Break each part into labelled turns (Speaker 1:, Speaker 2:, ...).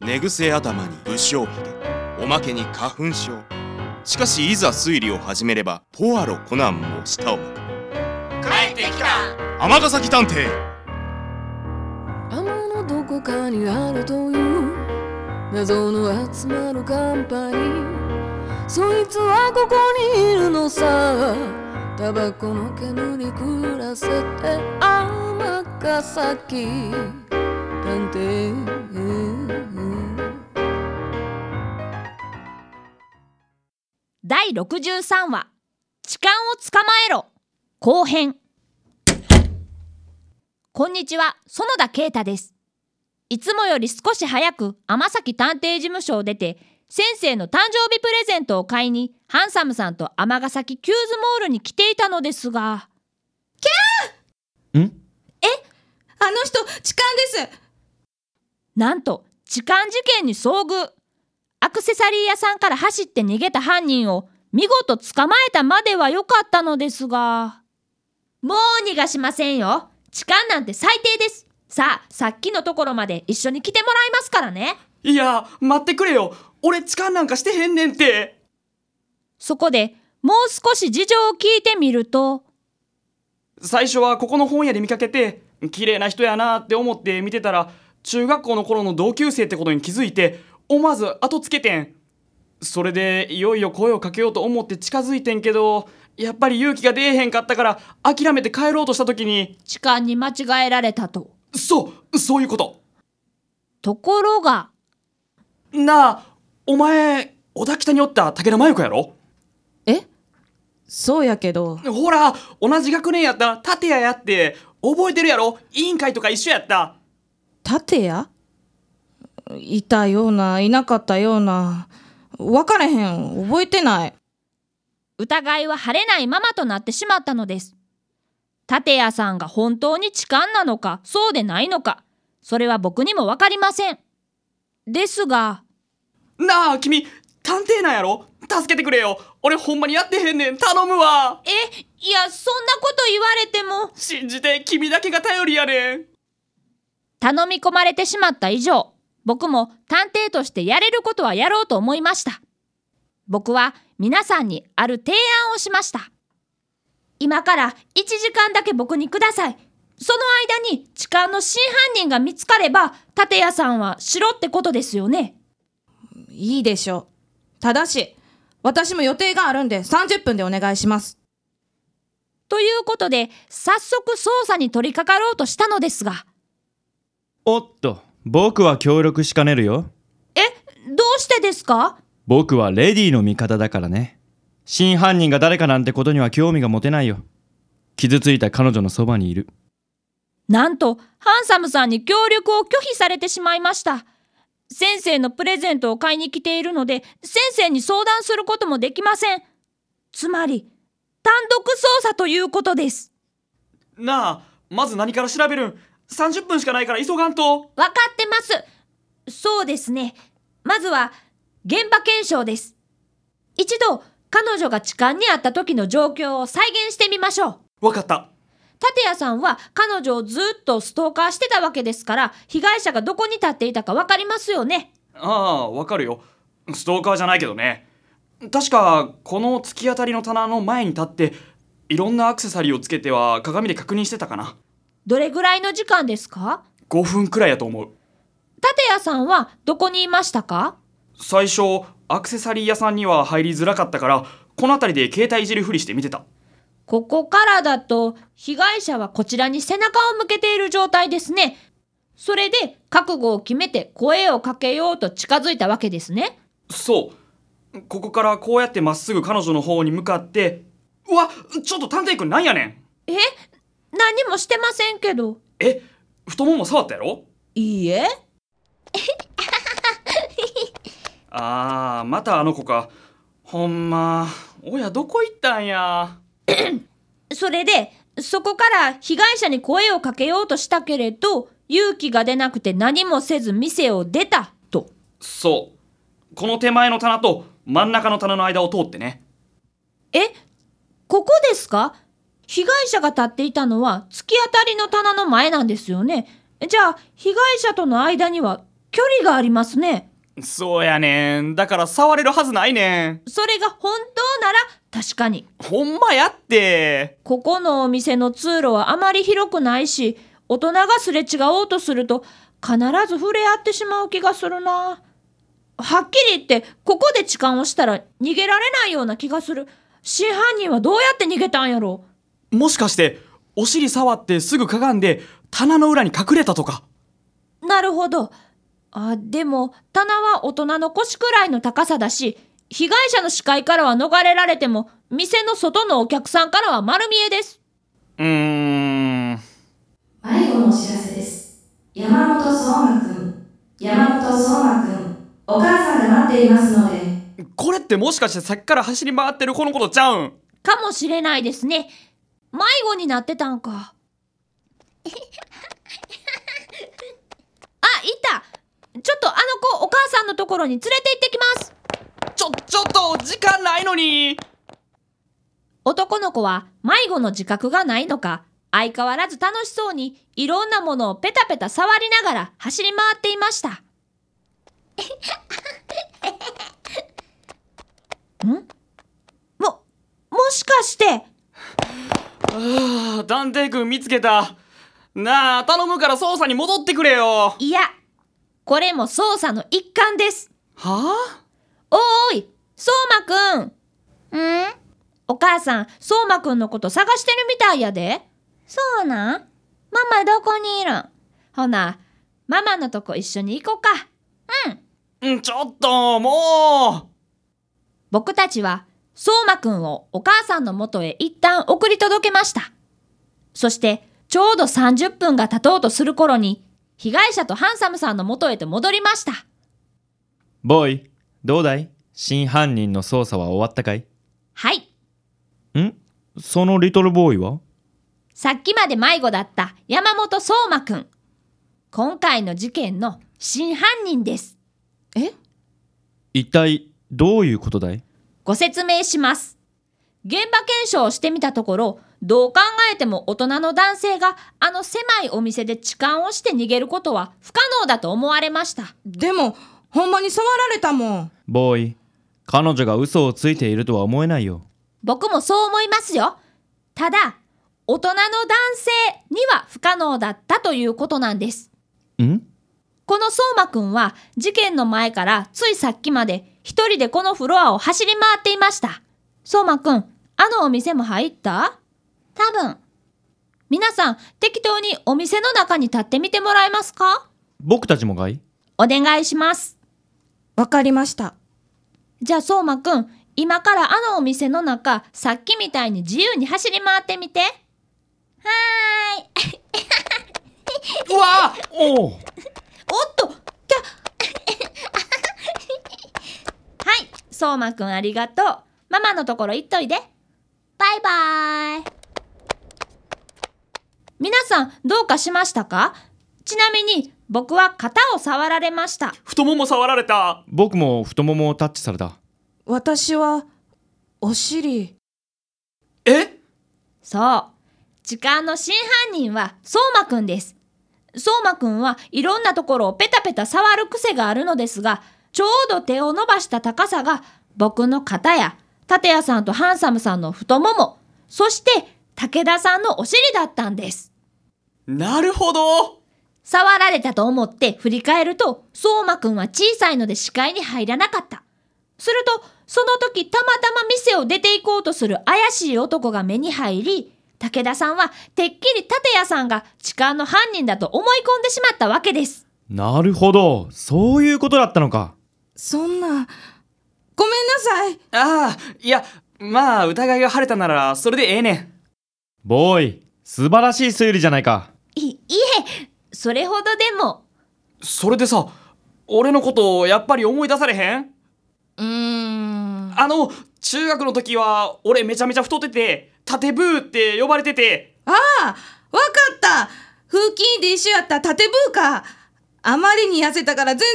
Speaker 1: 寝癖頭に不祥髭おまけに花粉症しかしいざ推理を始めればポアロコナンも舌を巻く
Speaker 2: 帰ってきた
Speaker 1: 尼崎探偵
Speaker 3: 天のどこかにあるという謎の集まるカンパニーそいつはここにいるのさタバコの煙に暮らせて天ヶ崎探偵
Speaker 4: 第63話「痴漢を捕まえろ」後編こんにちは園田啓太ですいつもより少し早く天崎探偵事務所を出て先生の誕生日プレゼントを買いにハンサムさんと尼崎キューズモールに来ていたのですが
Speaker 5: ん
Speaker 6: あの人痴漢です
Speaker 4: なんと痴漢事件に遭遇アクセサリー屋さんから走って逃げた犯人を見事捕まえたまでは良かったのですがもう逃がしませんよ痴漢なんて最低ですさあさっきのところまで一緒に来てもらいますからね
Speaker 2: いや待ってくれよ俺痴漢なんかしてへんねんって
Speaker 4: そこでもう少し事情を聞いてみると
Speaker 2: 最初はここの本屋で見かけて綺麗な人やなって思って見てたら中学校の頃の同級生ってことに気づいて思わず後つけてんそれでいよいよ声をかけようと思って近づいてんけどやっぱり勇気が出えへんかったから諦めて帰ろうとした時に
Speaker 4: 痴漢に間違えられたと
Speaker 2: そうそういうこと
Speaker 4: ところが
Speaker 2: なあお前小田北におった武田真由子やろ
Speaker 6: えそうやけど
Speaker 2: ほら同じ学年やった立屋やって覚えてるやろ委員会とか一緒やった
Speaker 6: 立屋いたようないなかったような分かれへん覚えてない
Speaker 4: 疑いは晴れないままとなってしまったのです。立屋さんが本当に痴漢なのかそうでないのかそれは僕にも分かりません。ですが
Speaker 2: なあ君探偵なんやろ助けてくれよ俺ほんまにやってへんねん頼むわ
Speaker 4: えいやそんなこと言われても
Speaker 2: 信じて君だけが頼りやねん
Speaker 4: 頼み込まれてしまった以上僕も探偵としてやれることはやろうと思いました。僕は皆さんにある提案をしました。今から1時間だけ僕にください。その間に痴漢の真犯人が見つかれば、立屋さんは白ってことですよね。
Speaker 6: いいでしょうただし私も予定があるんで30分でお願いします
Speaker 4: ということで、早速捜査に取り掛かろうとしたのですが、
Speaker 5: おっと僕は協力しかねるよ
Speaker 4: え、どうしてですか
Speaker 5: 僕はレディーの味方だからね真犯人が誰かなんてことには興味が持てないよ傷ついた彼女のそばにいる
Speaker 4: なんと、ハンサムさんに協力を拒否されてしまいました。先生のプレゼントを買いに来ているので、先生に相談することもできません。つまり、単独捜査ということです。
Speaker 2: なあまず何から調べるん30分しかないから急がんと
Speaker 4: わかってます。そうですね。まずは、現場検証です。一度、彼女が痴漢にあった時の状況を再現してみましょう。
Speaker 2: わかった
Speaker 4: 立屋さんは彼女をずっとストーカーしてたわけですから、被害者がどこに立っていたかわかりますよね。
Speaker 2: ああわかるよストーカーじゃないけどね確かこの突き当たりの棚の前に立っていろんなアクセサリーをつけては鏡で確認してたかな
Speaker 4: どれぐらいの時間ですか
Speaker 2: 5分くらいやと思う
Speaker 4: 立屋さんはどこにいましたか
Speaker 2: 最初アクセサリー屋さんには入りづらかったからこの辺りで携帯いじるふりして見てた
Speaker 4: ここからだと被害者はこちらに背中を向けている状態ですね。それで覚悟を決めて声をかけようと近づいたわけですね。
Speaker 2: そうここからこうやってまっすぐ彼女の方に向かってうわちょっと探偵くんなんやねん
Speaker 4: え何もしてませんけど。
Speaker 2: え太もも触ったやろ
Speaker 4: いいえ
Speaker 2: あーまたあの子かほんま親どこ行ったんや
Speaker 4: それでそこから被害者に声をかけようとしたけれど勇気が出なくて何もせず店を出たと。
Speaker 2: そうこの手前の棚と真ん中の棚の間を通ってね
Speaker 4: えここですか被害者が立っていたのは突き当たりの棚の前なんですよねじゃあ被害者との間には距離がありますね
Speaker 2: そうやねんだから触れるはずないねん
Speaker 4: それが本当なら確かに
Speaker 2: ほんまやって
Speaker 4: ここのお店の通路はあまり広くないし大人がすれ違おうとすると必ず触れ合ってしまう気がするなはっきり言ってここで痴漢をしたら逃げられないような気がする真犯人はどうやって逃げたんやろ
Speaker 2: もしかしてお尻触ってすぐかがんで棚の裏に隠れたとか
Speaker 4: なるほどあでも棚は大人の腰くらいの高さだし被害者の視界からは逃れられても店の外のお客さんからは丸見えです
Speaker 2: うーん
Speaker 7: 迷子のお知らせです。山本聡馬くん、山本聡馬くん、お母さんが待っていますので、
Speaker 2: これってもしかしてさっきから走り回ってるこのことちゃうん
Speaker 4: かもしれないですね迷子になってたんか あいたちょっとあの子お母さんのところに連れて行ってきます
Speaker 2: ちょちょっと時間ないのに
Speaker 4: 男の子は迷子の自覚がないのか、相変わらず楽しそうにいろんなものをペタペタ触りながら走り回っていました。 んも、もしかして、
Speaker 2: あ探偵君見つけたなあ頼むから捜査に戻ってくれよはい
Speaker 4: や、これも捜査の一環です。
Speaker 2: あ
Speaker 4: おーい、相馬くん。んお母さん、相馬くんのこと探してるみたいやで。そうなんママどこにいるんほな、ママのとこ一緒に行こうか。
Speaker 2: うんちょっとも
Speaker 4: 僕たちは、相馬くんをお母さんの元へ一旦送り届けました。そして、ちょうど30分が経とうとする頃に、被害者とハンサムさんの元へと戻りました。
Speaker 5: ボーイどうだい真犯人の捜査は終わったかい
Speaker 4: はい、
Speaker 5: んそのリトルボーイは
Speaker 4: さっきまで迷子だった山本相馬くん。今回の事件の真犯人です。
Speaker 6: え
Speaker 5: 一体どういうことだい
Speaker 4: ご説明します。現場検証をしてみたところ、どう考えても大人の男性があの狭いお店で痴漢をして逃げることは不可能だと思われました。
Speaker 6: でもほんまに触られたもん
Speaker 5: ボーイ彼女が嘘をついているとは思えないよ
Speaker 4: 僕もそう思いますよ。ただ、大人の男性には不可能だったということなんです。
Speaker 5: ん
Speaker 4: この相馬くんは事件の前からついさっきまで一人でこのフロアを走り回っていました。相馬くん、あのお店も入った多分。皆さん、適当にお店の中に立ってみてもらえますか
Speaker 5: 僕たちもがい
Speaker 4: お願いします。
Speaker 6: わかりました
Speaker 4: じゃあ相馬くん、今からあのお店の中、さっきみたいに自由に走り回ってみて。はーい。
Speaker 2: ううわ
Speaker 5: おお
Speaker 4: おっとキャ はい相馬くんありがとうママのところ行っといでバイバイ皆さんどうかしましたかちなみに僕は肩を触られました
Speaker 2: 太もも触られた
Speaker 5: 僕も太ももをタッチされた
Speaker 6: 私はお尻
Speaker 2: え
Speaker 4: そう時間の真犯人は相馬くんです相馬くんはいろんなところをペタペタ触る癖があるのですがちょうど手を伸ばした高さが僕の肩や立谷さんとハンサムさんの太ももそして武田さんのお尻だったんです
Speaker 2: なるほど
Speaker 4: 触られたと思って振り返ると相馬くんは小さいので視界に入らなかったするとその時たまたま店を出て行こうとする怪しい男が目に入り武田さんはてっきり立谷さんが痴漢の犯人だと思い込んでしまったわけです
Speaker 5: なるほどそういうことだったのか
Speaker 6: そんなごめんなさい
Speaker 2: ああいやまあ疑いが晴れたならそれでええねん
Speaker 5: ボーイ素晴らしい推理じゃないか
Speaker 4: いいえそれほどでも
Speaker 2: それでさ俺のことやっぱり思い出されへん
Speaker 6: うーん
Speaker 2: あの中学の時は俺めちゃめちゃ太ってて縦ブーって呼ばれてて
Speaker 6: ああ、わかった風紀で一緒やった縦ブーかあまりに痩せたから全然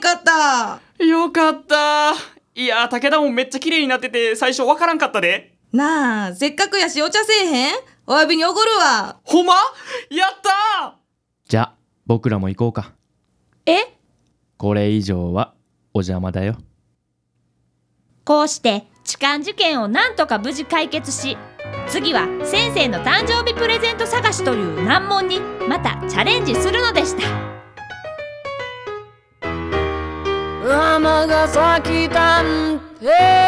Speaker 6: わからへんかった
Speaker 2: よかったいや武田もめっちゃ綺麗になってて最初わからんかったで
Speaker 6: なあ、せっかくやしお茶せえへんお詫びにおごるわ
Speaker 2: ほんまやった
Speaker 5: じゃあ僕らも行こうか
Speaker 4: え
Speaker 5: これ以上はお邪魔だよ
Speaker 4: こうして痴漢事件をなんとか無事解決し次は先生の誕生日プレゼント探しという難問にまたチャレンジするのでした
Speaker 3: 尼崎探偵